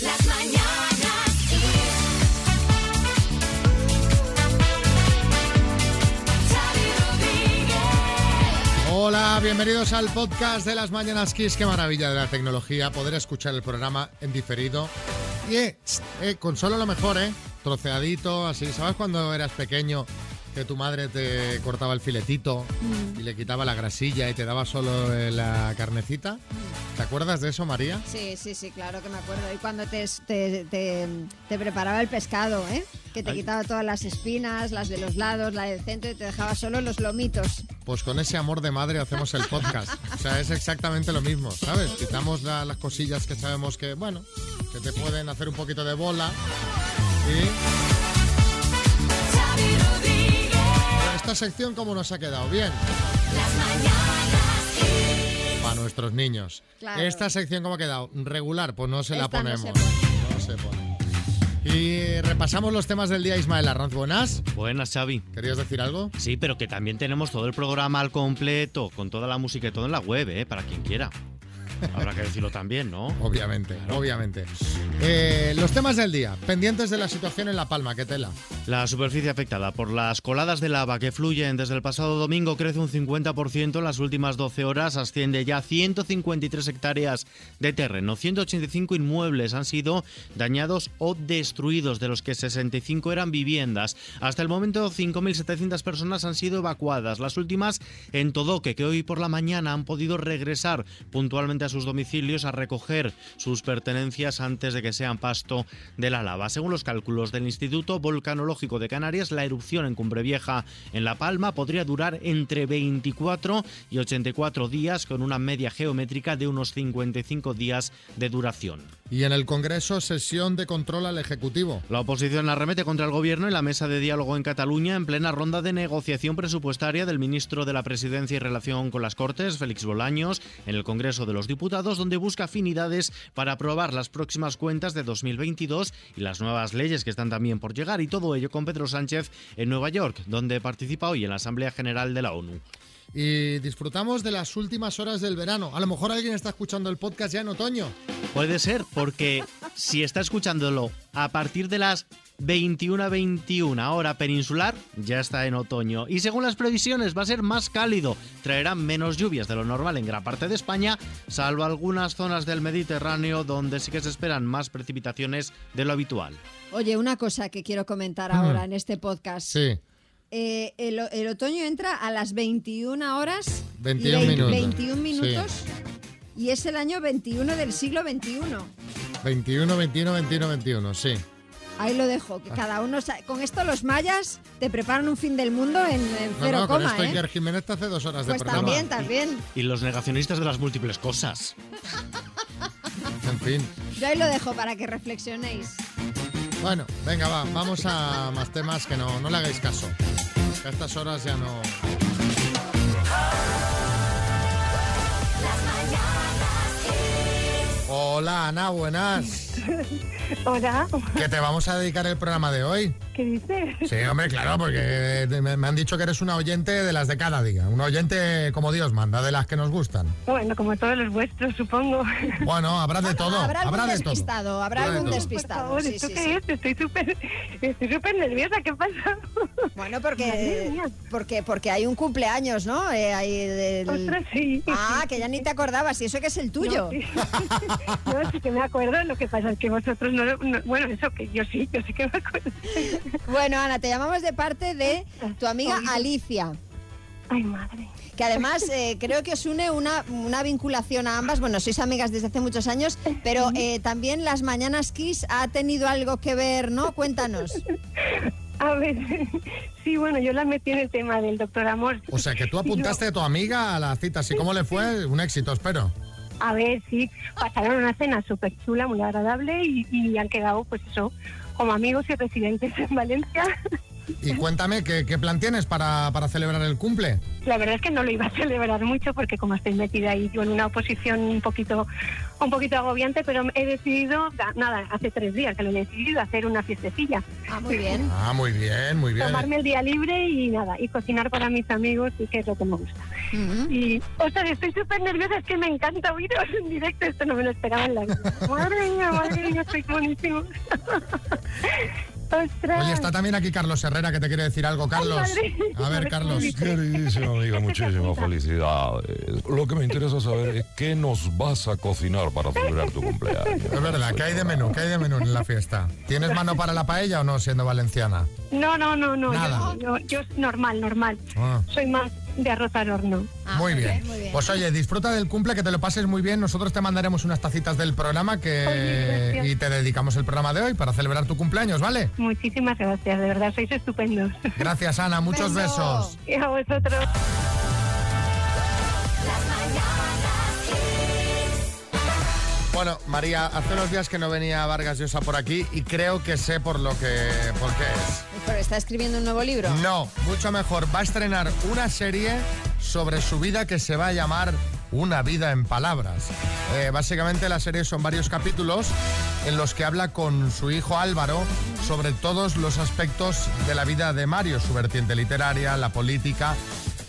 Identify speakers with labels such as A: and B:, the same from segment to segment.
A: Las mañanas Kiss. Xavi Rodríguez.
B: Hola, bienvenidos al podcast de las Mañanas Kiss. Qué maravilla de la tecnología poder escuchar el programa en diferido. Y eh, tss, eh, con solo lo mejor, ¿eh? Troceadito, así. ¿Sabes cuando eras pequeño que tu madre te cortaba el filetito y le quitaba la grasilla y te daba solo eh, la carnecita? ¿Te acuerdas de eso, María?
C: Sí, sí, sí, claro que me acuerdo. Y cuando te, te, te- te preparaba el pescado, ¿eh? que te
B: Ay.
C: quitaba todas las espinas, las de los lados, la del centro y te dejaba solo los lomitos.
B: Pues con ese amor de madre hacemos el podcast. O sea, es exactamente lo mismo, ¿sabes? Quitamos la- las cosillas que sabemos que, bueno, que te pueden hacer un poquito de bola. Y
A: Xavi Rodríguez.
B: esta sección, ¿cómo nos ha quedado? Bien.
A: Las mañanas Kiss.
B: Para nuestros niños.
C: Claro.
B: Esta sección, ¿cómo ha quedado? Regular, pues no se la
C: Esta no
B: ponemos.
C: se
B: No se pone. Y repasamos los temas del día, Ismael Arranz. Buenas.
D: Buenas, Xavi.
B: ¿Querías decir algo?
D: Sí, pero que también tenemos todo el programa al completo, con toda la música y todo en la web, ¿eh? Para quien quiera. Habrá que decirlo también, ¿no?
B: Obviamente, obviamente. Eh, los temas del día, pendientes de la situación en La Palma, que tela.
D: La superficie afectada por las coladas de lava que fluyen desde el pasado domingo crece un 50% en las últimas 12 horas, asciende ya a 153 hectáreas de terreno. 185 inmuebles han sido dañados o destruidos, de los que 65 eran viviendas. Hasta el momento, 5.700 personas han sido evacuadas, las últimas en Todoque, que hoy por la mañana han podido regresar puntualmente a sus domicilios a recoger sus pertenencias antes de que sean pasto de la lava. Según los cálculos del Instituto Volcanológico de Canarias, la erupción en Cumbre Vieja en La Palma podría durar entre 24 y 84 días con una media geométrica de unos 55 días de duración.
B: Y en el Congreso, sesión de control al Ejecutivo.
D: La oposición arremete contra el gobierno y la mesa de diálogo en Cataluña en plena ronda de negociación presupuestaria del ministro de la Presidencia y Relación con las Cortes, Félix Bolaños, en el Congreso de los Diputados, donde busca afinidades para aprobar las próximas cuentas de 2022 y las nuevas leyes que están también por llegar, y todo ello con Pedro Sánchez en Nueva York, donde participa hoy en la Asamblea General de la ONU.
B: Y disfrutamos de las últimas horas del verano. A lo mejor alguien está escuchando el podcast ya en otoño.
D: Puede ser, porque si está escuchándolo a partir de las 21 a 21 hora peninsular, ya está en otoño. Y según las previsiones, va a ser más cálido. Traerán menos lluvias de lo normal en gran parte de España, salvo algunas zonas del Mediterráneo donde sí que se esperan más precipitaciones de lo habitual.
C: Oye, una cosa que quiero comentar ahora en este podcast.
B: Sí.
C: Eh, el, o- el otoño entra a las 21 horas
B: 21
C: y vein-
B: minutos.
C: 21 minutos
B: Sí.
C: y es el año 21 del siglo XXI.
B: 21, 21, 21, 21, sí.
C: Ahí lo dejo,
B: Ah.
C: que cada uno... sa- Con esto los mayas te preparan un fin del mundo en, en
B: No,
C: cero
B: no, con
C: coma,
B: esto
C: ¿eh?
B: Iker Jiménez te hace dos horas
C: Pues
B: de programa.
C: también, también.
D: Y los negacionistas de las múltiples cosas.
B: En fin.
C: Yo ahí lo dejo para que reflexionéis.
B: Bueno, venga, va, vamos a más temas que no, no le hagáis caso. A estas horas ya no.
A: Las mañanas Kiss.
B: Hola, Ana, buenas.
E: Hola,
B: ¿Que te vamos a dedicar el programa de hoy?
E: ¿qué dices?
B: Sí, hombre, claro, porque eh, me me han dicho que eres una oyente de las de cada día. Una oyente como Dios manda, de las que nos gustan.
E: Bueno, como todos los vuestros, supongo.
B: Bueno, habrá de todo.
C: Habrá algún
B: de todo.
C: despistado, habrá
B: de
C: algún
B: todo.
C: despistado. Pistado,
E: Por favor,
C: sí,
E: ¿esto
C: sí,
E: qué
C: sí.
E: es? Estoy súper estoy súper nerviosa, ¿qué pasa?
C: Bueno,
E: Madre
C: porque,
E: mía.
C: porque, porque hay un cumpleaños, ¿no? Eh, hay del-
E: Ostras, Pues sí.
C: Ah, que ya ni te acordabas, y eso que es el tuyo.
E: No, sí. No, sí que me acuerdo, lo que pasa es que vosotros no, lo- no- Bueno, eso que yo sí, yo sí que me acuerdo.
C: Bueno, Ana, te llamamos de parte de tu amiga
E: Oye.
C: Alicia,
E: Ay, madre.
C: que además eh, creo que os une una, una vinculación a ambas. Bueno, sois amigas desde hace muchos años, pero eh, también las Mañanas Kiss ha tenido algo que ver, ¿no? Cuéntanos.
E: A ver, sí, bueno, yo la metí en el tema del doctor Amor.
B: O sea, que tú apuntaste a tu amiga a la cita, así como le fue, un éxito, espero.
E: A ver, sí, pasaron una cena súper chula, muy agradable y, y han quedado, pues eso, como amigos y residentes en Valencia.
B: Y cuéntame, ¿qué, qué plan tienes para, para celebrar el cumple?
E: La verdad es que no lo iba a celebrar mucho porque como estoy metida ahí yo en una oposición un poquito, un poquito agobiante, pero he decidido, da- nada, hace tres días que lo he decidido, hacer una fiestecilla,
C: Ah, muy bien.
B: Ah, muy bien, muy bien.
E: tomarme el día libre y nada, y cocinar para mis amigos, y que es lo que me gusta.
C: Ujú.
E: Y, ostras, estoy súper nerviosa, es que me encanta oíros en directo, esto no me lo esperaba en la vida. Madre mía, madre mía, estoy buenísimo. ostras.
B: Oye, está también aquí Carlos Herrera, que te quiere decir algo, Carlos.
E: Ay, madre.
B: A ver, Carlos.
F: Queridísima amiga, muchísimas felicidades. Lo que me interesa saber es qué nos vas a cocinar para celebrar tu cumpleaños.
B: Es verdad, ¿qué hay de menú? ¿Qué hay de menú en la fiesta? ¿Tienes mano para la paella o no, siendo valenciana?
E: No, no, no, no,
B: Nada.
E: yo, yo- yo normal, normal.
B: Ah.
E: Soy más de arroz al horno.
C: Ah,
B: muy bien.
C: muy bien.
B: Pues oye, disfruta del cumple, que te lo pases muy bien. Nosotros te mandaremos unas tacitas del programa
E: Oye,
B: que
E: gracias.
B: y te dedicamos el programa de hoy para celebrar tu cumpleaños, ¿vale?
E: Muchísimas gracias, de verdad, sois estupendos.
B: Gracias, Ana. Muchos
C: Beso.
B: besos.
E: Y a vosotros.
A: Las mañanas Kiss.
B: Bueno, María, hace unos días que no venía Vargas Llosa por aquí y creo que sé por lo que por qué es.
C: Pero está escribiendo un nuevo libro.
B: No, mucho mejor. Va a estrenar una serie sobre su vida que se va a llamar Una vida en palabras. Eh, básicamente la serie son varios capítulos en los que habla con su hijo Álvaro sobre todos los aspectos de la vida de Mario, su vertiente literaria, la política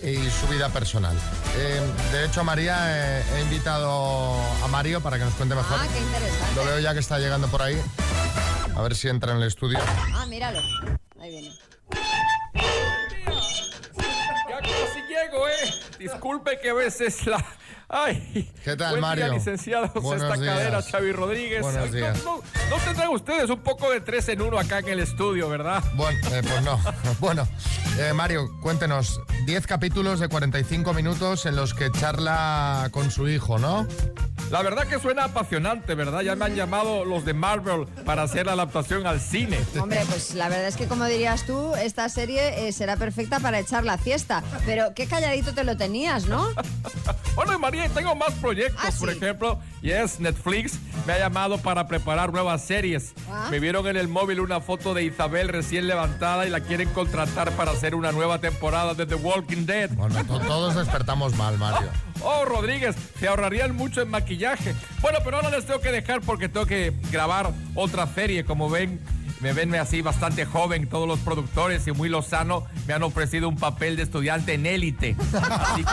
B: y su vida personal. Eh, de hecho, María, eh, he invitado a Mario para que nos cuente mejor
C: Ah, qué
B: lo
C: interesante.
B: veo ya que está llegando por ahí. A ver si entra en el estudio.
C: Ah, míralo. Ahí viene.
G: Ya casi llego, eh. Disculpe que a veces la. Ay.
B: ¿Qué tal,
G: Buen día,
B: Mario?
G: licenciados.
B: Buenos
G: Esta
B: días.
G: cadera, Xavi Rodríguez.
B: Buenos
G: Ay, no,
B: días.
G: No, no tendrán ustedes un poco de tres en uno acá en el estudio, ¿verdad?
B: Bueno, eh, pues no. Bueno, eh, Mario, cuéntenos. 10 capítulos de 45 minutos en los que charla con su hijo, ¿no?
G: La verdad que suena apasionante, ¿verdad? Ya me han llamado los de Marvel para hacer la adaptación al cine.
C: Hombre, pues la verdad es que como dirías tú, esta serie eh, será perfecta para echar la fiesta. Pero qué calladito te lo tenías, ¿no? Pues
G: Bueno, y María, tengo más proyectos.
C: Ah,
G: Por
C: sí.
G: ejemplo, Yes, Netflix me ha llamado para preparar nuevas series.
C: Ah.
G: Me vieron en el móvil una foto de Isabel recién levantada y la quieren contratar para hacer una nueva temporada de The Walking Dead.
B: Bueno, to- todos despertamos mal, Mario.
G: Oh, Rodríguez, se ahorrarían mucho en maquillaje. Bueno, pero ahora les tengo que dejar porque tengo que grabar otra serie. Como ven, me ven así bastante joven. Todos los productores y muy lozano me han ofrecido un papel de estudiante en élite. Así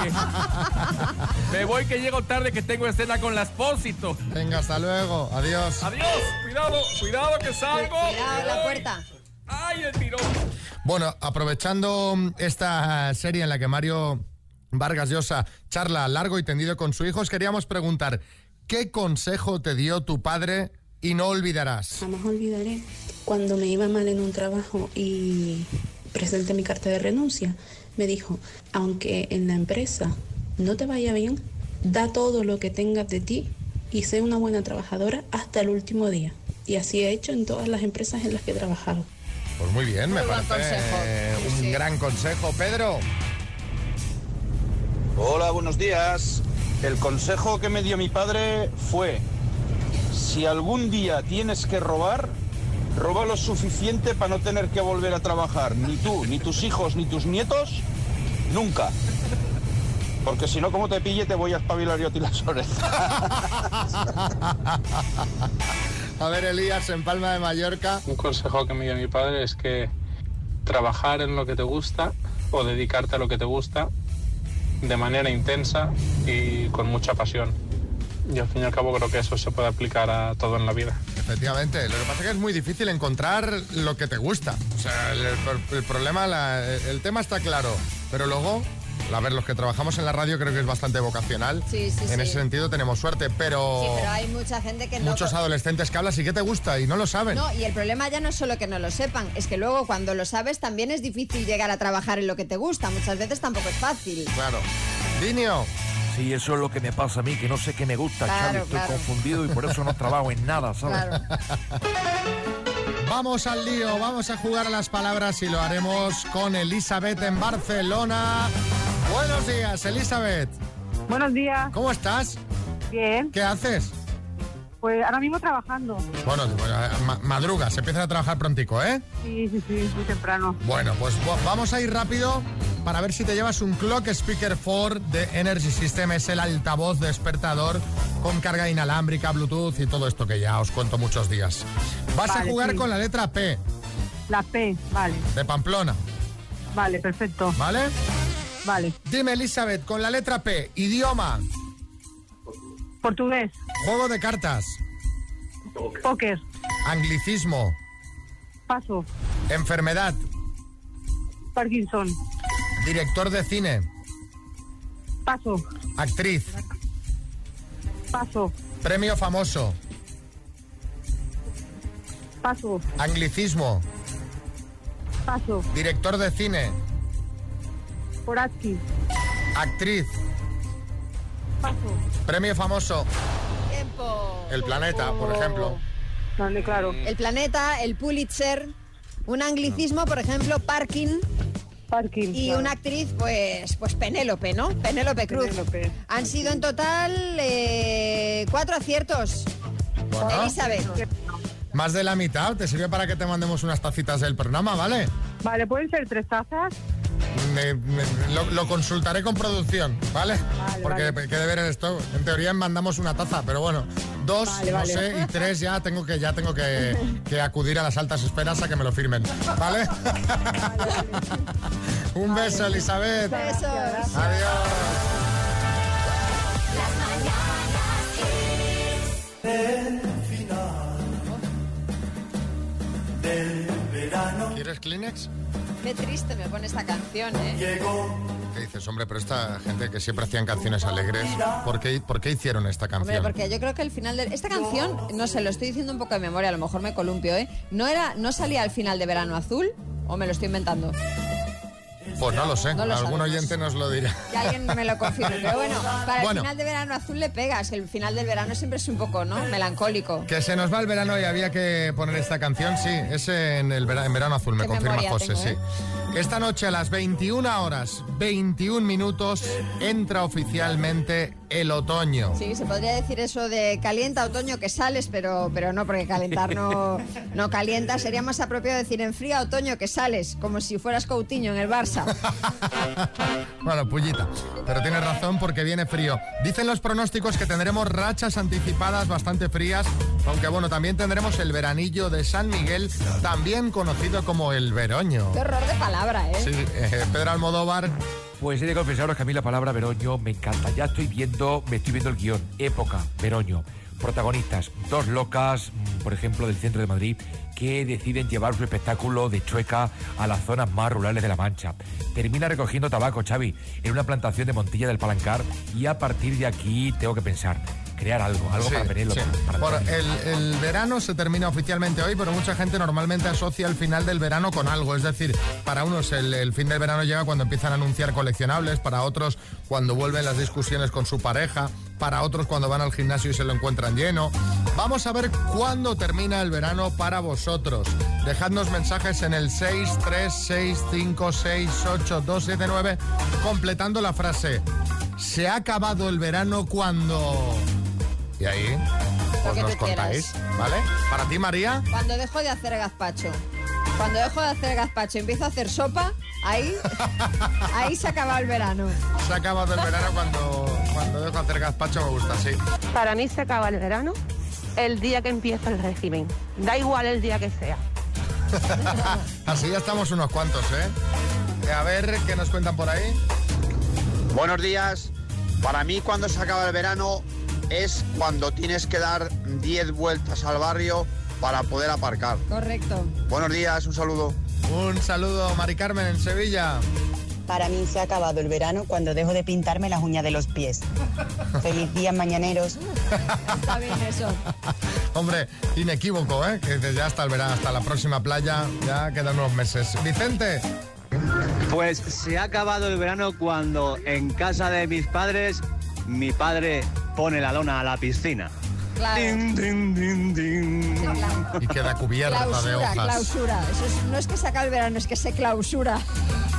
G: que me voy que llego tarde que tengo escena con la expósito.
B: Venga, hasta luego. Adiós.
G: Adiós, cuidado, cuidado que salgo.
C: Cuidado la
G: Ay,
C: puerta.
G: Ay, el tirón.
B: Bueno, aprovechando mm, esta serie en la que Mario Vargas Llosa charla largo y tendido con su hijo, os queríamos preguntar, ¿qué consejo te dio tu padre y no olvidarás?
H: Jamás olvidaré cuando me iba mal en un trabajo y presenté mi carta de renuncia. Me dijo, aunque en la empresa no te vaya bien, da todo lo que tengas de ti y sé una buena trabajadora hasta el último día. Y así he hecho en todas las empresas en las que he trabajado.
B: Pues muy bien, me
C: Muy buen
B: parece
C: consejo.
B: eh,
C: Sí,
B: un
C: sí.
B: gran consejo. Pedro.
I: Hola, buenos días. El consejo que me dio mi padre fue, si algún día tienes que robar, roba lo suficiente para no tener que volver a trabajar, ni tú, ni tus hijos, ni tus nietos, nunca. Porque si no, como te pille, te voy a espabilar yo a ti las orejas.
B: A ver, Elías, en Palma de Mallorca.
J: Un consejo que me dio mi padre es que trabajar en lo que te gusta o dedicarte a lo que te gusta de manera intensa y con mucha pasión. Y al fin y al cabo creo que eso se puede aplicar a todo en la vida.
B: Efectivamente, lo que pasa es que es muy difícil encontrar lo que te gusta. O sea, el, el- el problema, la- el tema está claro, pero luego, a ver, los que trabajamos en la radio creo que es bastante vocacional.
C: Sí, sí,
B: en
C: sí.
B: ese sentido tenemos suerte, pero,
C: Sí, pero hay mucha gente que no...
B: Oh. muchos adolescentes que hablas y que te gusta y no lo saben.
C: No, y el problema ya no es solo que no lo sepan, es que luego cuando lo sabes también es difícil llegar a trabajar en lo que te gusta. Muchas veces tampoco es fácil.
B: Claro. Dinio,
K: Sí, eso es lo que me pasa a mí, que no sé qué me gusta,
C: Claro,
K: Xavi. Estoy
C: claro.
K: confundido y por eso no trabajo en nada, ¿sabes?
C: Claro.
B: vamos al lío, vamos a jugar a las palabras y lo haremos con Elizabeth en Barcelona. Buenos días, Elizabeth.
E: Buenos días.
B: ¿Cómo estás?
E: Bien,
B: ¿Qué haces?
L: Pues ahora mismo trabajando.
B: Bueno, pues, a- ma- madrugas, empiezas a trabajar prontico, ¿eh?
L: Sí, sí, sí, muy temprano.
B: Bueno, pues va- vamos a ir rápido para ver si te llevas un Clock Speaker 4 de Energy System. Es el altavoz despertador con carga inalámbrica, Bluetooth y todo esto que ya os cuento muchos días. Vas
L: Vale,
B: a jugar
L: sí.
B: con la letra P
L: La P, vale,
B: de Pamplona,
L: vale, perfecto.
B: ¿vale?
L: Vale.
B: Dime, Elizabeth, con la letra P, idioma.
L: Portugués.
B: Juego de cartas.
L: Póker,
B: Anglicismo.
L: paso,
B: Enfermedad.
L: Parkinson,
B: Director de cine.
L: paso,
B: Actriz.
L: paso,
B: Premio famoso.
L: paso,
B: Anglicismo.
L: paso,
B: Director de cine.
L: Poratsky,
B: Actriz.
L: paso.
B: Premio famoso.
C: Tiempo.
B: El planeta, por ejemplo.
L: Dale, claro.
C: El planeta, el Pulitzer, un anglicismo, por ejemplo, parking.
L: Parking.
C: Y
L: claro.
C: una actriz, pues, pues Penélope, ¿no? Penélope Cruz.
L: Penélope.
C: Han sido en total eh, cuatro aciertos.
B: Bueno.
C: Elizabeth.
B: Más de la mitad. Te sirve para que te mandemos unas tacitas del programa, ¿vale?
L: Vale, pueden ser tres tazas.
B: Me- me- lo, lo consultaré con producción, ¿vale? Porque
L: vale.
B: qué deber es esto. En teoría mandamos una taza, pero bueno, dos,
L: Vale,
B: no
L: vale.
B: sé, y tres ya tengo que ya tengo que, que acudir a las altas esperas a que me lo firmen, ¿vale? Un beso, Elizabeth.
C: Besos.
B: ¿Quieres Kleenex?
C: Qué triste me pone esta canción, ¿eh?
B: ¿Qué dices, hombre? Pero esta gente que siempre hacían canciones alegres, ¿por qué, por qué hicieron esta
C: Hombre,
B: canción?
C: porque yo creo que el final de esta canción, no sé, lo estoy diciendo un poco de memoria, a lo mejor me columpio, ¿eh? No era, no salía al final de Verano Azul, o me lo estoy inventando.
B: Pues no lo sé,
C: No lo
B: algún
C: sabemos.
B: oyente nos lo dirá.
C: Que alguien me lo confirme. Pero bueno, para
B: Bueno.
C: el final de Verano Azul le pegas. El final del verano siempre es un poco, ¿no? Melancólico.
B: Que se nos va el verano y había que poner esta canción, sí, es en el vera- en verano azul, me
C: Qué
B: confirma
C: memoria
B: José,
C: tengo,
B: sí.
C: ¿eh?
B: Esta noche a las 21 horas, 21 minutos, entra oficialmente el otoño.
C: Sí, se podría decir eso de calienta otoño que sales, pero, pero no, porque calentar no, no calienta. Sería más apropiado decir enfría otoño que sales, como si fueras Coutinho en el Barça.
B: Bueno, pullita, pero tienes razón porque viene frío. Dicen los pronósticos que tendremos rachas anticipadas bastante frías, aunque bueno, también tendremos el veranillo de San Miguel, también conocido como el veroño.
C: Qué horror de palabra, ¿eh?
B: Sí, eh, Pedro Almodóvar,
G: Pues he de confesaros que a mí la palabra Veroño me encanta. Ya estoy viendo, me estoy viendo el guión. Época, Veroño. Protagonistas, dos locas, mm, por ejemplo, del centro de Madrid, que deciden llevar su espectáculo de chueca a las zonas más rurales de La Mancha. Termina recogiendo tabaco, Xavi, en una plantación de Montilla del Palancar y a partir de aquí tengo que pensar, crear algo, algo
B: Sí,
G: para Penélope.
B: sí.
G: para
B: Por
G: Penélope.
B: el, el verano se termina oficialmente hoy, pero mucha gente normalmente asocia el final del verano con algo. Es decir, para unos el, el fin del verano llega cuando empiezan a anunciar coleccionables, para otros cuando vuelven las discusiones con su pareja, para otros cuando van al gimnasio y se lo encuentran lleno. Vamos a ver cuándo termina el verano para vosotros. Dejadnos mensajes en el 636568279 completando la frase. Se ha acabado el verano cuando... Y ahí
C: Lo
B: os
C: que
B: nos
C: tú quieras.
B: contáis, ¿vale? Para ti, María,
C: Cuando dejo de hacer gazpacho. Cuando dejo de hacer gazpacho y empiezo a hacer sopa, ahí, ahí se acaba el verano.
B: se ha acabado el verano cuando, cuando dejo hacer gazpacho, me gusta, sí.
M: Para mí se acaba el verano el día que empieza el régimen. Da igual el día que sea.
B: Así ya estamos unos cuantos, ¿eh? Eh, A ver qué nos cuentan por ahí.
I: Buenos días. Para mí cuando se acaba el verano es cuando tienes que dar 10 vueltas al barrio para poder aparcar.
C: Correcto.
I: Buenos días, un saludo.
B: Un saludo, Mari Carmen, en Sevilla.
N: Para mí se ha acabado el verano cuando dejo de pintarme las uñas de los pies. Feliz día, mañaneros.
C: Está bien eso.
B: Hombre, inequívoco, ¿eh? Que dices, ya hasta el verano, hasta la próxima playa, ya quedan unos meses. Vicente,
O: Pues se ha acabado el verano cuando en casa de mis padres mi padre pone la lona a la piscina.
C: Claro.
B: y queda cubierta de
C: Clausura,
B: hojas.
C: clausura. Eso es- no es que se acaba el verano, es que se clausura.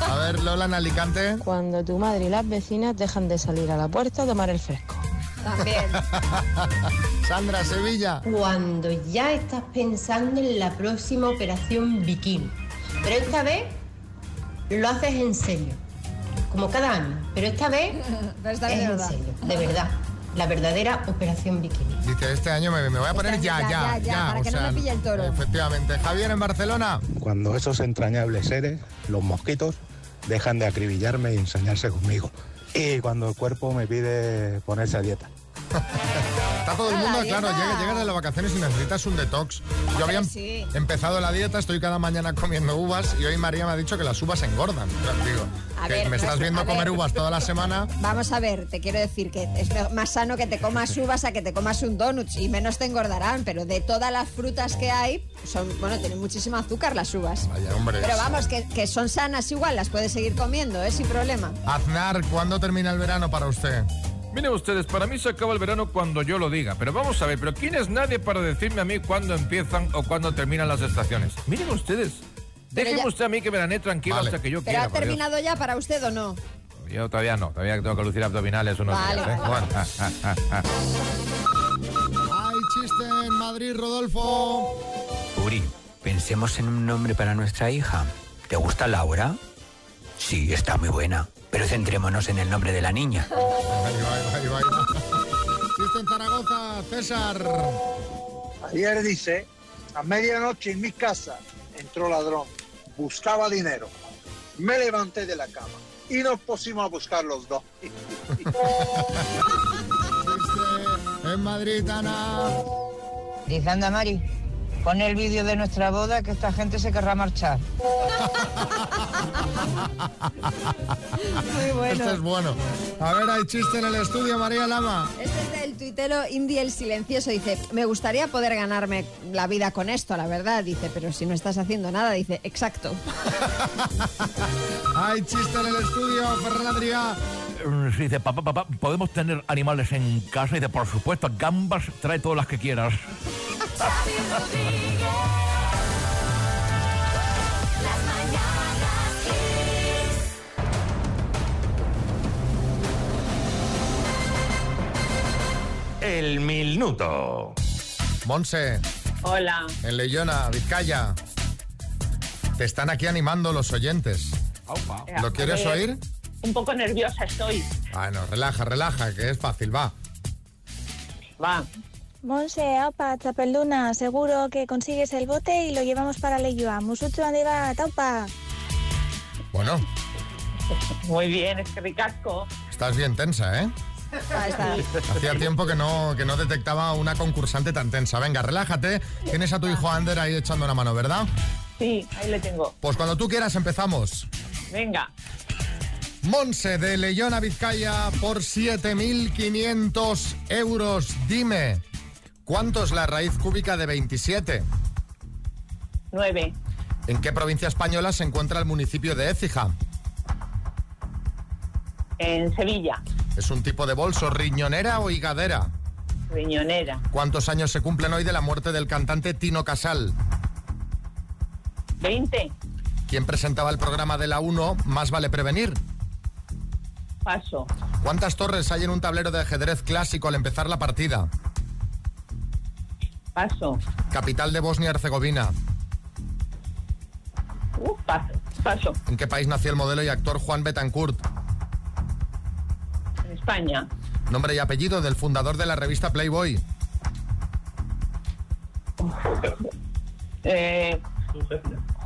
B: A ver, Lola en Alicante.
P: Cuando tu madre y las vecinas dejan de salir a la puerta a tomar el fresco. También.
B: Sandra Sevilla.
P: Cuando ya estás pensando en la próxima operación bikini. Pero esta vez lo haces en serio. Como cada año. Pero esta vez
C: esta vez
P: es
C: de
P: en
C: verdad.
P: serio. De verdad. La verdadera operación bikini.
B: Dice, este año me, me voy a poner
P: Este
B: ya,
P: año ya,
B: ya, ya.
P: ya, ya, para
B: o
P: que no
B: sea,
P: me pille el toro.
B: Efectivamente. Javier en Barcelona.
Q: Cuando esos entrañables seres, los mosquitos, dejan de acribillarme y ensañarse conmigo. Y cuando el cuerpo me pide ponerse a dieta.
B: Está todo el
Q: A la
B: mundo, claro,
Q: dieta.
B: llega, llegas de las vacaciones y necesitas un detox. Yo había
Q: sí.
B: empezado la dieta, estoy cada mañana comiendo uvas y hoy María me ha dicho que las uvas engordan. Digo,
C: A
B: que
C: ver,
B: me
C: no
B: estás
C: es-
B: viendo
C: a
B: comer
C: ver.
B: uvas toda la semana.
C: Vamos a ver, te quiero decir que es lo más sano que te comas uvas a que te comas un donut y menos te engordarán, pero de todas las frutas que hay, son, bueno, tienen muchísimo azúcar las uvas.
B: Vaya, hombre.
C: Pero vamos, que, que son sanas igual, las puedes seguir comiendo, ¿eh? Sin problema.
B: Aznar, ¿cuándo termina el verano para usted?
G: Miren ustedes, para mí se acaba el verano cuando yo lo diga. Pero vamos a ver, ¿pero quién es nadie para decirme a mí cuándo empiezan o cuándo terminan las estaciones? Miren ustedes. Déjenme usted a mí que verané tranquilo hasta que yo
C: ¿Pero
G: quiera.
C: ha
G: por Dios.
C: terminado ya para usted o no?
G: Yo todavía no, todavía tengo que lucir abdominales unos
C: Vale.
G: días, ¿eh? Bueno, ah, ah, ah, ah.
B: Hay chiste en Madrid, Rodolfo.
R: Uri, pensemos en un nombre para nuestra hija. ¿Te gusta Laura? Sí, está muy buena. Pero centrémonos en el nombre de la niña.
B: Ahí va, ahí va, ahí va, ahí va. Chiste en Zaragoza, César.
S: Ayer dice, a medianoche en mi casa entró ladrón, buscaba dinero. Me levanté de la cama y nos pusimos a buscar los dos.
B: En Madrid, Ana.
T: Dice, anda, Mari, pon el vídeo de nuestra boda que esta gente se querrá marchar.
B: Muy bueno. Este es bueno. A ver, hay chiste en el estudio, María Lama.
C: Este es del tuitero Indie el Silencioso. Dice, me gustaría poder ganarme la vida con esto, la verdad. Dice, pero si no estás haciendo nada, dice, exacto.
B: Hay chiste en el estudio, Ferran Adrià.
K: Mm, Sí, dice, papá, papá, ¿podemos tener animales en casa? Y dice, por supuesto, gambas, trae todas las que quieras.
B: El minuto. Monse.
U: Hola.
B: En Leyona, Vizcaya. Te están aquí animando los oyentes. ¿Lo quieres
U: Eh,
B: oír?
U: Un poco nerviosa estoy.
B: Bueno, relaja, relaja, que es fácil, va.
U: Va.
V: Monse, aupa, chapeluna, seguro que consigues el bote y lo llevamos para Leyoa. Musutu andeba, taupa.
B: Bueno,
U: Muy bien, es que ricasco.
B: estás bien tensa, ¿eh? Hacía tiempo que no, que no detectaba una concursante tan tensa. Venga, relájate. Tienes a tu hijo Ander ahí echando una mano, ¿verdad?
U: Sí, ahí le tengo.
B: Pues cuando tú quieras empezamos.
U: Venga.
B: Monse de Leyón a Vizcaya por 7.500 euros. Dime, ¿cuánto es la raíz cúbica de 27?
U: 9.
B: ¿En qué provincia española se encuentra el municipio de Écija?
U: En Sevilla,
B: ¿Es un tipo de bolso riñonera o higadera?
U: riñonera.
B: ¿Cuántos años se cumplen hoy de la muerte del cantante Tino Casal?
U: 20.
B: ¿Quién presentaba el programa de la 1, Más vale prevenir?
U: Paso.
B: ¿Cuántas torres hay en un tablero de ajedrez clásico al empezar la partida?
U: Paso.
B: Capital de Bosnia y Herzegovina.
U: Uh, paso. Paso.
B: ¿En qué país nació el modelo y actor Juan Betancourt?
U: En España.
B: Nombre y apellido del fundador de la revista Playboy.
U: Eh,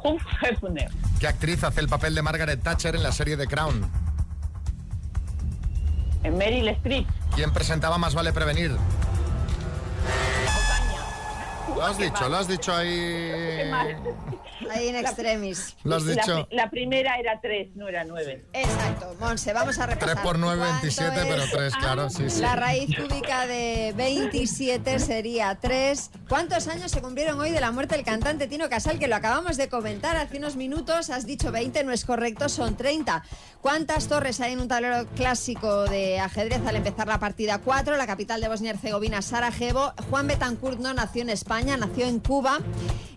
U: Humph Hefner.
B: ¿Qué actriz hace el papel de Margaret Thatcher en la serie The Crown?
U: En Meryl Streep.
B: ¿Quién presentaba Más vale prevenir? Lo has dicho, lo has dicho ahí.
C: Ahí en extremis.
B: Lo has dicho.
U: La, primera era 3, no era 9.
C: Exacto, Monse, vamos a repasar.
B: 3 por 9,
C: ¿Cuánto
B: 27,
C: es?
B: pero 3, claro, sí, sí.
C: La raíz cúbica de 27 sería 3. ¿Cuántos años se cumplieron hoy de la muerte del cantante Tino Casal? Que lo acabamos de comentar hace unos minutos. Has dicho 20, no es correcto, son 30. ¿Cuántas torres hay en un tablero clásico de ajedrez al empezar la partida 4? La capital de Bosnia y Herzegovina, Sarajevo. Juan Betancourt no nació en España, nació en Cuba.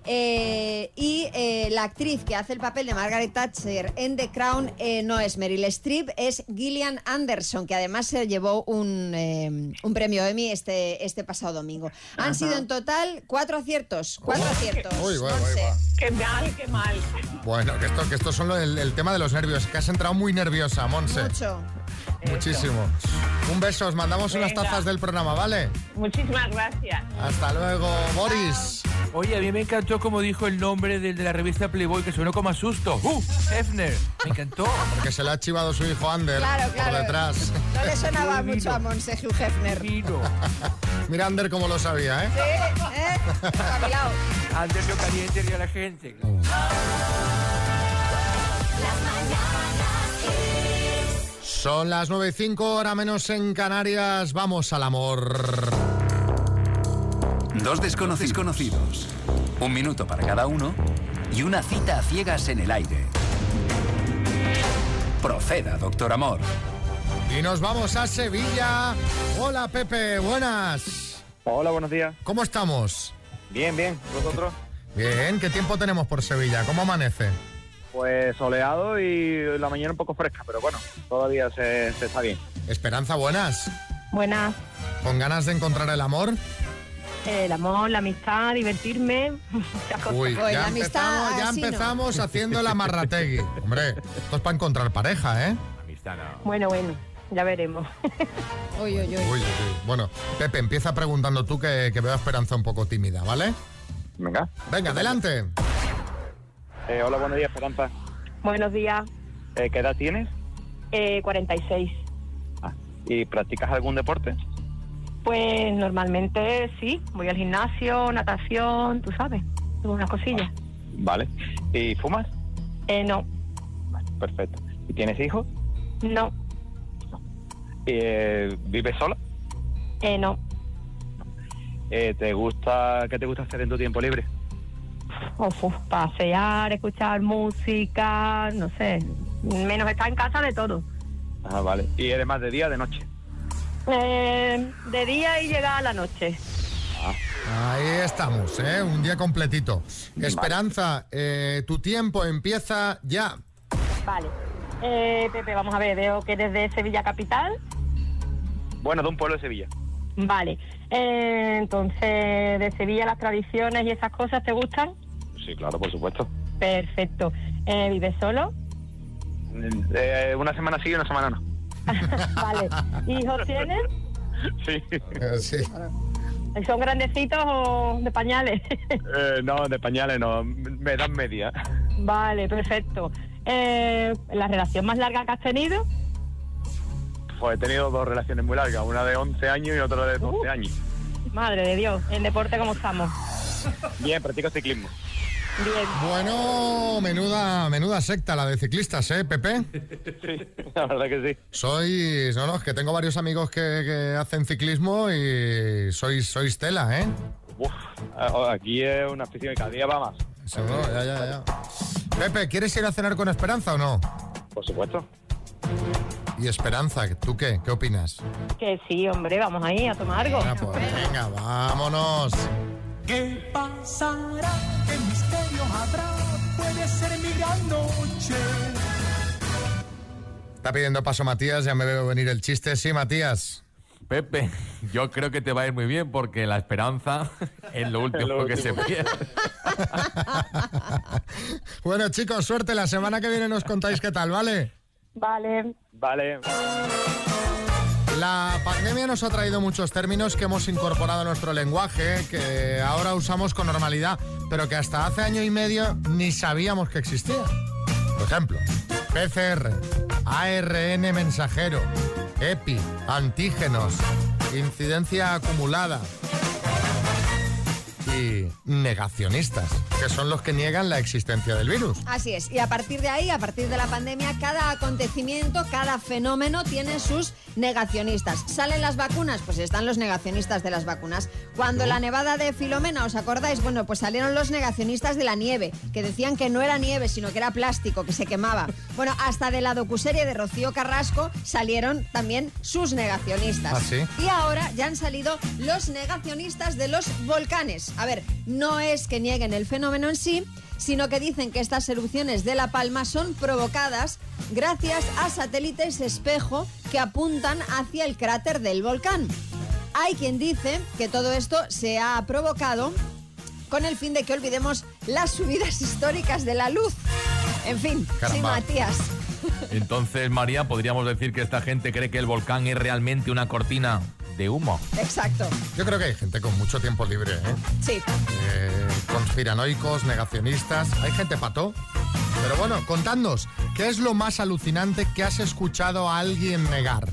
C: Eh, y eh, la actriz que hace el papel de Margaret Thatcher en The Crown eh, no es Meryl Streep, es Gillian Anderson, que además se llevó un, eh, un premio Emmy este, este pasado domingo. Han
B: Ajá.
C: sido en total cuatro aciertos. Cuatro aciertos.
B: Uy, guau,
C: Monse.
B: guau,
U: Qué mal, qué mal.
B: Bueno, que esto, que esto son lo- el, el tema de los nervios, que has entrado muy nerviosa, Monse.
C: Mucho.
B: Muchísimo. Un beso, os mandamos unas
U: Venga.
B: tazas del programa, ¿vale?
U: Muchísimas gracias.
B: Hasta luego, Boris.
G: Oye, a mí me encantó como dijo el nombre del de la revista Playboy, que sonó como asusto. ¡Uh! Hefner. Me encantó.
B: Porque se lo ha chivado su hijo Ander
C: Claro, claro.
B: por detrás.
C: No le sonaba mucho a Monse Hugh Hefner.
B: Mira Ander cómo lo sabía, ¿eh?
C: Sí, ¿eh? Espabilao.
G: Antes yo caliente y a la gente.
B: Son las 9 y 5, hora menos en Canarias. Vamos al amor.
D: Dos desconocidos conocidos. Un minuto para cada uno y una cita a ciegas en el aire. Proceda, doctor Amor.
B: Y nos vamos a Sevilla. Hola, Pepe, buenas.
F: Hola, buenos días.
B: ¿Cómo estamos?
F: Bien, bien. ¿Vosotros?
B: Bien, ¿qué tiempo tenemos por Sevilla? ¿Cómo amanece?
F: Pues soleado y la mañana un poco fresca, pero bueno, todavía se, se está bien.
B: Esperanza, buenas.
E: Buenas.
B: ¿Con ganas de encontrar el amor?
L: eh,
E: El amor, la amistad, divertirme. muchas cosas.
B: Uy, ya empezamos, ya empezamos haciendo la marrategui. Hombre, esto es para encontrar pareja, ¿eh?
E: Bueno, bueno, ya veremos.
C: Uy, uy,
B: Uy, uy. Bueno, Pepe, empieza preguntando tú que, que veo a Esperanza un poco tímida, ¿vale?
F: Venga.
B: Venga, adelante.
F: Eh, hola, buenos días, Esperanza.
E: Buenos días,
F: Eh, ¿Qué edad tienes?
E: eh, 46.
F: ¿Y practicas algún deporte?
E: Pues normalmente sí, voy al gimnasio, natación, tú sabes, algunas cosillas.
F: Vale. ¿Y fumas?
E: Eh, no,
F: Perfecto. ¿Y tienes hijos?
E: no,
F: Eh, ¿Vives sola?
E: eh, no.
F: Eh, ¿Te gusta qué te gusta hacer en tu tiempo libre?
E: Ojo, pasear, escuchar música, no sé, menos estar en casa de todo.
F: Ah, vale. ¿Y eres más de día o de noche?
E: Eh, de día y llegar a la noche.
B: Ahí estamos, ¿eh? Un día completito. Esperanza, eh, tu tiempo empieza ya.
E: Vale. Eh, Pepe, vamos a ver, veo que eres de Sevilla Capital.
F: Bueno, de un pueblo de Sevilla.
E: Vale. Eh, entonces, de Sevilla las tradiciones y esas cosas te gustan.
F: Sí, claro, por supuesto.
E: Perfecto. Eh, ¿Vives solo?
F: Eh, una semana sí y una semana no.
E: Vale. ¿Hijos tienes?
F: Sí.
B: Eh, sí.
E: ¿Son grandecitos o de pañales?
F: Eh, no, de pañales no, me edad media.
E: vale, perfecto. Eh, ¿La relación más larga que has tenido?
F: Pues he tenido dos relaciones muy largas, una de 11 años y otra de 12 años.
E: Madre de Dios, en deporte cómo estamos.
F: Bien, practico ciclismo.
B: Bueno, menuda, menuda secta la de ciclistas, ¿eh, Pepe?
F: Sí, la verdad que sí.
B: Sois, no, no, es que tengo varios amigos que, que hacen ciclismo y sois, sois tela, ¿eh?
F: Uf, a- aquí es una afición que cada día va más.
B: Seguro, ya, ya, ya. Pepe, ¿quieres ir a cenar con Esperanza o no?
F: Por supuesto.
B: Y Esperanza, ¿tú qué? ¿Qué opinas?
E: Que sí, hombre, vamos ahí a tomar algo.
B: Ah, pues venga, vámonos.
A: ¿Qué pasará? ¿Qué misterio habrá? Puede ser mi gran noche.
B: Está pidiendo paso Matías, ya me veo venir el chiste. Sí, Matías.
G: Pepe, yo creo que te va a ir muy bien porque la esperanza es lo último,
B: Lo
G: que se
B: último.
G: pierde.
B: Bueno, chicos, suerte. La semana que viene nos contáis qué tal, ¿vale?
E: Vale.
F: Vale.
B: La pandemia nos ha traído muchos términos que hemos incorporado a nuestro lenguaje, que ahora usamos con normalidad, pero que hasta hace año y medio ni sabíamos que existía. Por ejemplo, PCR, ARN mensajero, EPI, antígenos, incidencia acumulada y negacionistas, que son los que niegan la existencia del virus.
C: Así es, y a partir de ahí, a partir de la pandemia, cada acontecimiento, cada fenómeno tiene sus negacionistas. ¿Salen las vacunas? Pues están los negacionistas de las vacunas. Cuando la nevada de Filomena, ¿os acordáis? Bueno, pues salieron los negacionistas de la nieve, que decían que no era nieve, sino que era plástico, que se quemaba. Bueno, hasta de la docuserie de Rocío Carrasco salieron también sus negacionistas.
B: ¿Ah, sí?
C: Y ahora ya han salido los negacionistas de los volcanes. A a ver, no es que nieguen el fenómeno en sí, sino que dicen que estas erupciones de La Palma son provocadas gracias a satélites espejo que apuntan hacia el cráter del volcán. Hay quien dice que todo esto se ha provocado con el fin de que olvidemos las subidas históricas de la luz. En fin, sí,
G: Caramba.
C: Matías.
G: Entonces, María, podríamos decir que esta gente cree que el volcán es realmente una cortina de humo.
C: Exacto.
B: Yo creo que hay gente con mucho tiempo libre, ¿eh?
C: Sí.
B: Eh, conspiranoicos, negacionistas, hay gente pató. Pero bueno, contadnos, ¿qué es lo más alucinante que has escuchado a alguien negar?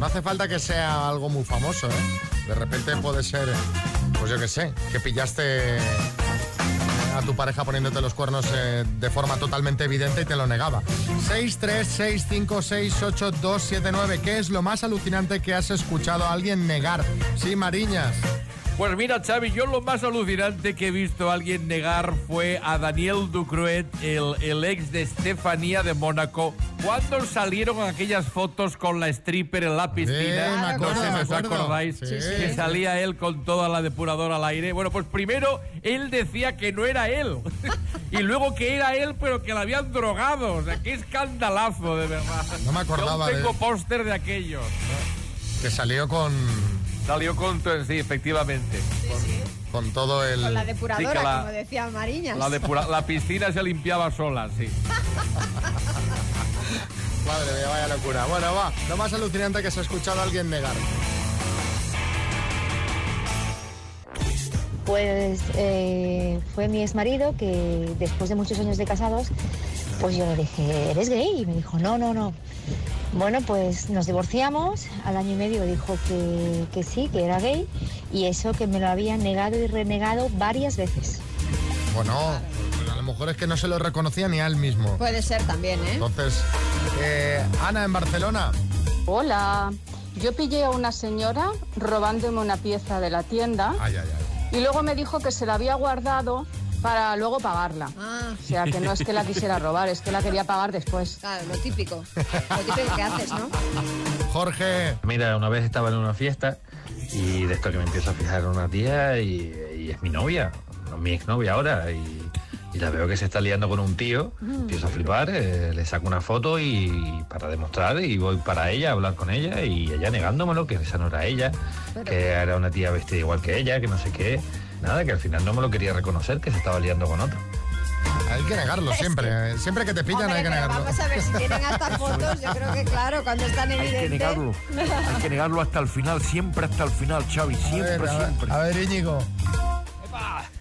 B: No hace falta que sea algo muy famoso, ¿eh? De repente puede ser, pues yo qué sé, que pillaste a tu pareja poniéndote los cuernos eh, de forma totalmente evidente y te lo negaba. 636568279, ¿qué es lo más alucinante que has escuchado a alguien negar? Sí, Mariñas.
G: Pues mira, Xavi, yo lo más alucinante que he visto a alguien negar fue a Daniel Ducruet, el, el ex de Estefanía de Mónaco, cuando salieron aquellas fotos con la stripper en la
B: Eh, me
G: piscina.
B: acuerdo,
G: no sé
B: me
G: si os
B: acuerdo.
G: acordáis
B: Sí, sí.
G: que salía él con toda la depuradora al aire. Bueno, pues primero él decía que no era él. y luego que era él, pero que la habían drogado. O sea, qué escandalazo, de verdad.
B: No me acordaba de-
G: Yo tengo póster de aquello.
B: Que salió con,
G: Salió con... Sí, efectivamente.
B: con todo el...
C: Con la depuradora,
G: Sí, que la-
C: como decía Mariñas.
G: La, depura- la piscina se limpiaba sola, sí.
B: Madre mía, vaya locura. Bueno, va, lo más alucinante que se ha escuchado a alguien negar.
H: Pues eh, fue mi exmarido que después de muchos años de casados, pues yo le dije, ¿eres gay? Y me dijo, no, no, no. Bueno, pues nos divorciamos, al año y medio dijo que, que sí, que era gay, y eso que me lo había negado y renegado varias veces.
B: Bueno, pues a lo mejor es que no se lo reconocía ni a él mismo.
C: Puede ser también, ¿eh?
B: Entonces, eh, Ana en Barcelona.
J: Hola, yo pillé a una señora robándome una pieza de la tienda
B: Ay, ay, ay.
J: y luego me dijo que se la había guardado para luego pagarla.
C: Ah.
J: O sea, que no es que la quisiera robar, es que la quería pagar después.
C: Claro, lo típico. Lo típico que haces, ¿no?
B: Jorge.
W: Mira, una vez estaba en una fiesta y de esto que me empiezo a fijar en una tía y, y es mi novia, no mi exnovia ahora, y, y la veo que se está liando con un tío, empiezo a flipar, eh, le saco una foto y para demostrar y voy para ella a hablar con ella y ella negándomelo, que esa no era ella, que era una tía vestida igual que ella, que no sé qué, nada, que al final no me lo quería reconocer, que se estaba liando con otro.
B: Hay que negarlo siempre. eh. Siempre que te pillan hay que
C: Pero
B: negarlo.
C: vamos a ver si tienen hasta fotos. Yo creo que, claro, cuando están evidentes.
K: Hay que negarlo. Hay que negarlo hasta el final, siempre hasta el final, Xavi, siempre, siempre.
B: A ver, Íñigo.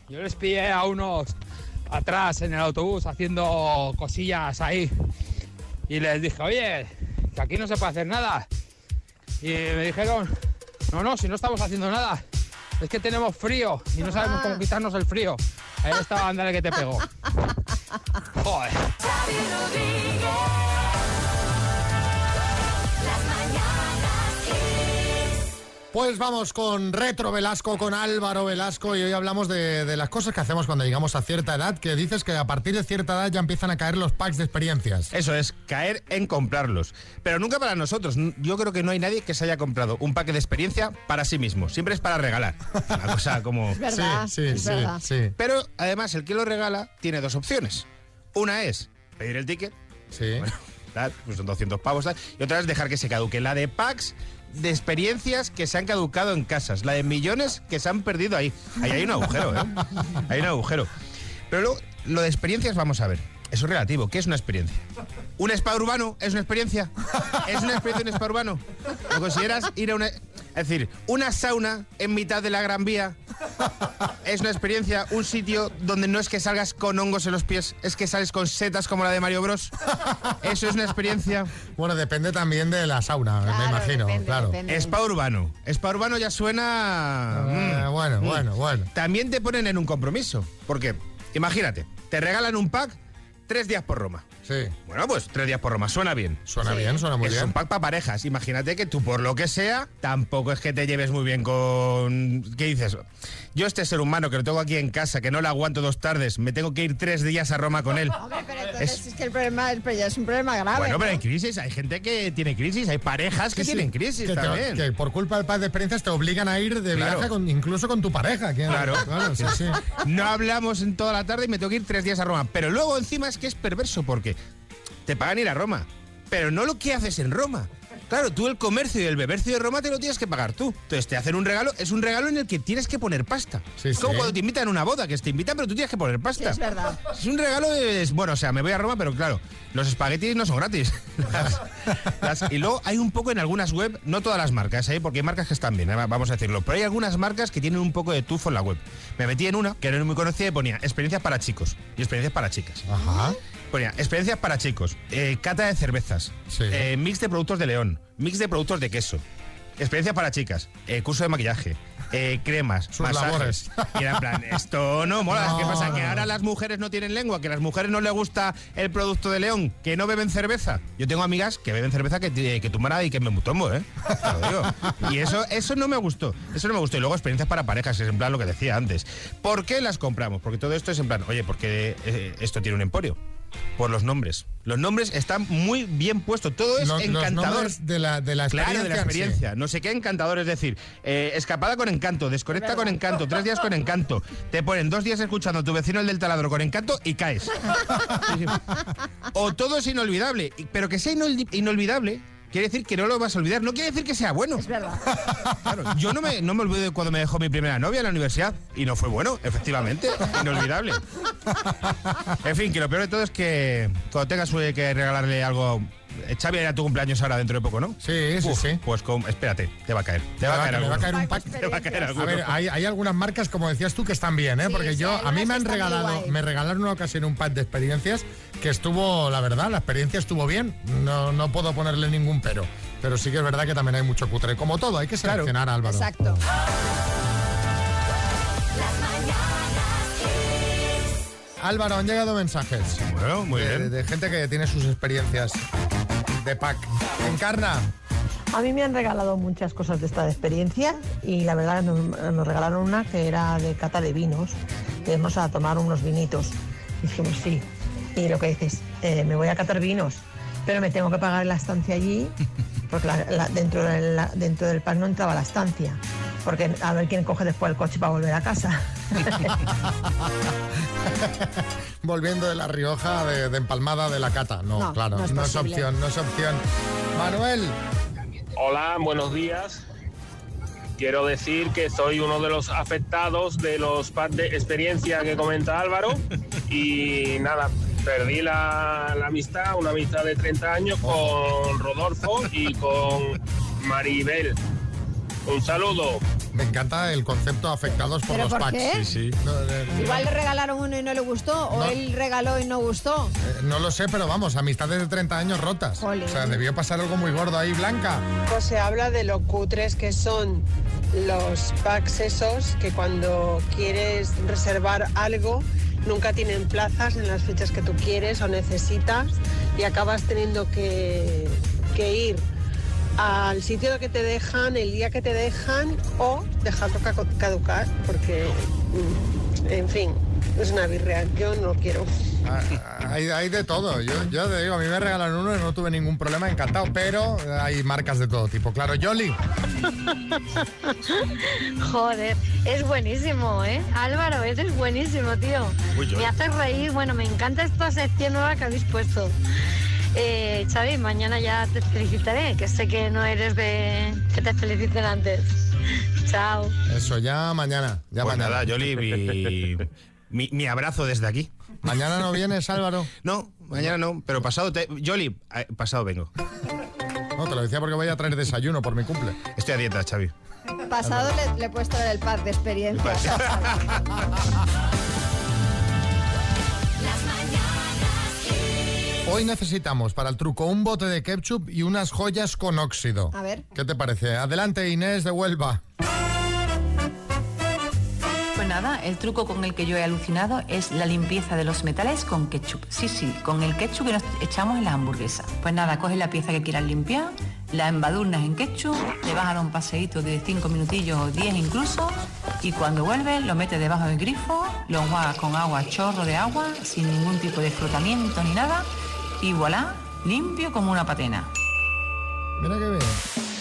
X: Yo les pillé a unos atrás en el autobús haciendo cosillas ahí. Y les dije, oye, que aquí no se puede hacer nada. Y me dijeron, no, no, si no estamos haciendo nada. Es que tenemos frío y no sabemos
K: Ah.
X: cómo quitarnos el frío. Ahí estaba Andale que te pegó. Joder.
B: Pues vamos con Retro Velasco, con Álvaro Velasco, y hoy hablamos de, de las cosas que hacemos cuando llegamos a cierta edad, que dices que a partir de cierta edad ya empiezan a caer los packs de experiencias.
Y: Eso es, caer en comprarlos. Pero nunca para nosotros. N- Yo creo que no hay nadie que se haya comprado un paquete de experiencia para sí mismo. Siempre es para regalar. Una cosa como...
B: Es verdad, Sí, sí, es sí, verdad. sí.
Y: Pero además el que lo regala tiene dos opciones. Una es pedir el ticket.
B: Sí.
Y: pues son 200 pavos. tal. Y otra es dejar que se caduque. La de packs de experiencias que se han caducado en casas. La de millones que se han perdido ahí. Ahí hay un agujero, ¿eh? Hay un agujero. Pero luego, lo de experiencias, vamos a ver. Eso es relativo. ¿Qué es una experiencia? ¿Un spa urbano es una experiencia? ¿Es una experiencia un spa urbano? ¿Lo consideras ir a una... Es decir, una sauna en mitad de la Gran Vía es una experiencia, un sitio donde no es que salgas con hongos en los pies, es que sales con setas como la de Mario Bros. Eso es una experiencia.
B: Bueno, depende también de la sauna, me imagino, claro.
Y: Spa urbano. Spa urbano ya suena.
B: Ah, bueno,
Y: Mm.
B: bueno,
Y: bueno. También te ponen en un compromiso. Porque, imagínate, te regalan un pack tres días por Roma.
B: Sí.
Y: Bueno, pues tres días por Roma, suena bien.
B: Suena Sí. bien, suena muy
Y: Es
B: bien.
Y: un pack para parejas. Imagínate que tú, por lo que sea, tampoco es que te lleves muy bien con. ¿Qué dices? Yo, este ser humano que lo tengo aquí en casa, que no lo aguanto dos tardes, me tengo que ir tres días a Roma con él.
C: Hombre, pero Entonces, es... que el problema el pre- ya es un problema grave.
Y: Bueno, pero
C: ¿no?
Y: hay crisis, hay gente que tiene crisis, hay parejas que
B: Sí, sí.
Y: tienen crisis
B: que te-
Y: también.
B: que por culpa del paz de experiencias te obligan a ir de
Y: Claro.
B: viaje con- incluso con tu pareja. que-
Y: Claro,
B: sí, sí.
Y: No hablamos en toda la tarde y me tengo que ir tres días a Roma. Pero luego encima es que es perverso porque te pagan ir a Roma, pero no lo que haces en Roma. Claro, tú el comercio y el bebercio de Roma te lo tienes que pagar tú. Entonces te hacen un regalo, es un regalo en el que tienes que poner pasta. es como
B: sí.
Y: cuando te invitan a una boda, que te invitan pero tú tienes que poner pasta.
C: Es verdad.
Y: Es un regalo, es, bueno, o sea, me voy a Roma, pero claro, los espaguetis no son gratis. Las- las- y luego hay un poco en algunas web, no todas las marcas, ¿eh? porque hay marcas que están bien, ¿eh? vamos a decirlo, pero hay algunas marcas que tienen un poco de tufo en la web. Me metí en una que no era muy conocida y ponía experiencias para chicos y experiencias para chicas.
B: Ajá.
Y: Ponía experiencias para chicos, eh, cata de cervezas, eh, mix de productos de león, mix de productos de queso, experiencias para chicas, eh, curso de maquillaje, eh, cremas,
B: Sus
Y: masajes.
B: labores.
Y: Y era en plan, esto no mola.
B: No,
Y: ¿Qué pasa? Que
B: no.
Y: ahora las mujeres no tienen lengua, que las mujeres no les gusta el producto de león, que no beben cerveza. Yo tengo amigas que beben cerveza que, eh, que tumban ahí, que me mutombo, ¿eh? Te lo digo. Y eso, eso no me gustó. Eso no me gustó. Y luego experiencias para parejas, que es en plan lo que decía antes. ¿Por qué las compramos? Porque todo esto es en plan, oye, porque eh, esto tiene un emporio. Por los nombres. Los nombres están muy bien puestos. Todo es
B: Lo- los
Y: Pues encantador.
B: nombres de la, de la experiencia.
Y: Claro, de la
B: en sí.
Y: experiencia. No sé qué encantador, es decir, eh, escapada con encanto, desconecta con encanto, tres días con encanto. Te ponen dos días escuchando a tu vecino el del taladro con encanto y caes. Sí, sí. o todo es inolvidable, y- pero que sea inol- inolvidable. Quiere decir que no lo vas a olvidar, no quiere decir que sea bueno. Es
C: verdad.
Y: yo no me, no me olvido de cuando me dejó mi primera novia en la universidad y no fue bueno, efectivamente, inolvidable. En fin, que lo peor de todo es que cuando tengas eh, que regalarle algo. eh, Xavi era tu cumpleaños ahora dentro de poco, ¿no?
B: Sí, sí, sí.
Y: Pues con- espérate, te va a caer. Te va a caer,
B: me va a
Y: alguno.
B: caer un pack.
Y: Te va a caer alguno.
B: A ver, hay, hay algunas marcas, como decías tú, que están bien, ¿eh?
C: Sí,
B: Porque
C: sí,
B: yo,
C: hay
B: a mí me
C: unas que
B: han
C: están muy
B: regalado,
C: guay.
B: me regalaron una ocasión un pack de experiencias que estuvo, la verdad, la experiencia estuvo bien. No, no puedo ponerle ningún pero. Pero sí que es verdad que también hay mucho cutre. Como todo, hay que seleccionar, Álvaro.
C: Exacto.
B: Álvaro, han llegado mensajes.
Y: Bueno, muy
B: de,
Y: bien.
B: De gente que tiene sus experiencias de pack. Encarna.
I: A mí me han regalado muchas cosas de esta experiencia y la verdad nos, nos regalaron una que era de cata de vinos. Íbamos a tomar unos vinitos. Dijimos sí. Y lo que dices, eh, me voy a catar vinos, pero me tengo que pagar la estancia allí porque la- la- dentro, del- la- dentro del pack no entraba la estancia. Porque a ver quién coge después el coche para volver a casa.
B: Volviendo de La Rioja, de, de Empalmada, de la Cata. No,
I: No,
B: claro,
I: no es
B: no es
I: posible.
B: opción, no es opción. Manuel.
L: Hola, buenos días. Quiero decir que soy uno de los afectados de los packs de experiencia que comenta Álvaro. Y nada, perdí la, la amistad, una amistad de 30 años
B: Oh.
L: con Rodolfo y con Maribel. Un saludo.
B: Me encanta el concepto afectados por
C: ¿Pero
B: los
C: por
B: packs. Sí,
C: qué?
B: sí. No, eh,
C: Igual le regalaron uno y no le gustó, o
B: No.
C: él regaló y no gustó.
B: eh, no lo sé, pero vamos, amistades de 30 años rotas. O sea, debió pasar algo muy gordo ahí, Blanca.
M: Pues se habla de lo cutres que son los packs esos que cuando quieres reservar algo nunca tienen plazas en las fechas que tú quieres o necesitas y acabas teniendo que, que ir al sitio que te dejan, el día que te dejan o dejarlo ca- caducar porque, mm, en fin, es una birrea, yo no lo quiero.
B: Ah, Hay, hay de todo. Yo, yo te digo, a mí me regalaron uno y no tuve ningún problema, encantado. Pero hay marcas de todo tipo. Claro, Yoli.
N: Joder, es buenísimo, ¿eh? Álvaro, eres buenísimo, tío.
B: Uy, yo-
N: Me haces reír. Bueno, me encanta esta sección nueva que habéis puesto. Eh, Xavi, mañana ya te felicitaré, que sé que no eres de que te feliciten antes. Chao.
B: Eso, ya mañana. Ya
Y: Pues
B: mañana.
Y: nada, Yoli, mi, mi- mi abrazo desde aquí.
B: Mañana no vienes, Álvaro.
Y: No, mañana no, pero pasado te. Yoli, eh, pasado vengo.
B: No, te lo decía porque voy a traer desayuno por mi cumple.
Y: Estoy a dieta, Xavi.
C: Pasado le, le he puesto el pack de experiencias.
B: Hoy necesitamos para el truco un bote de ketchup y unas joyas con óxido.
C: A ver.
B: ¿Qué te parece? Adelante, Inés de Huelva.
O: Pues nada, el truco con el que yo he alucinado es la limpieza de los metales con ketchup. Sí, sí, con el ketchup que nos echamos en las hamburguesas. Pues nada, coges la pieza que quieras limpiar,
Y: las embadurnas en ketchup, te vas a dar un paseíto de 5 minutillos o 10 incluso, y cuando vuelves lo metes debajo del grifo, lo enjuagas con agua, chorro de agua, sin ningún tipo de frotamiento ni nada, y voilà, limpio como una patena.
B: Mira qué bien.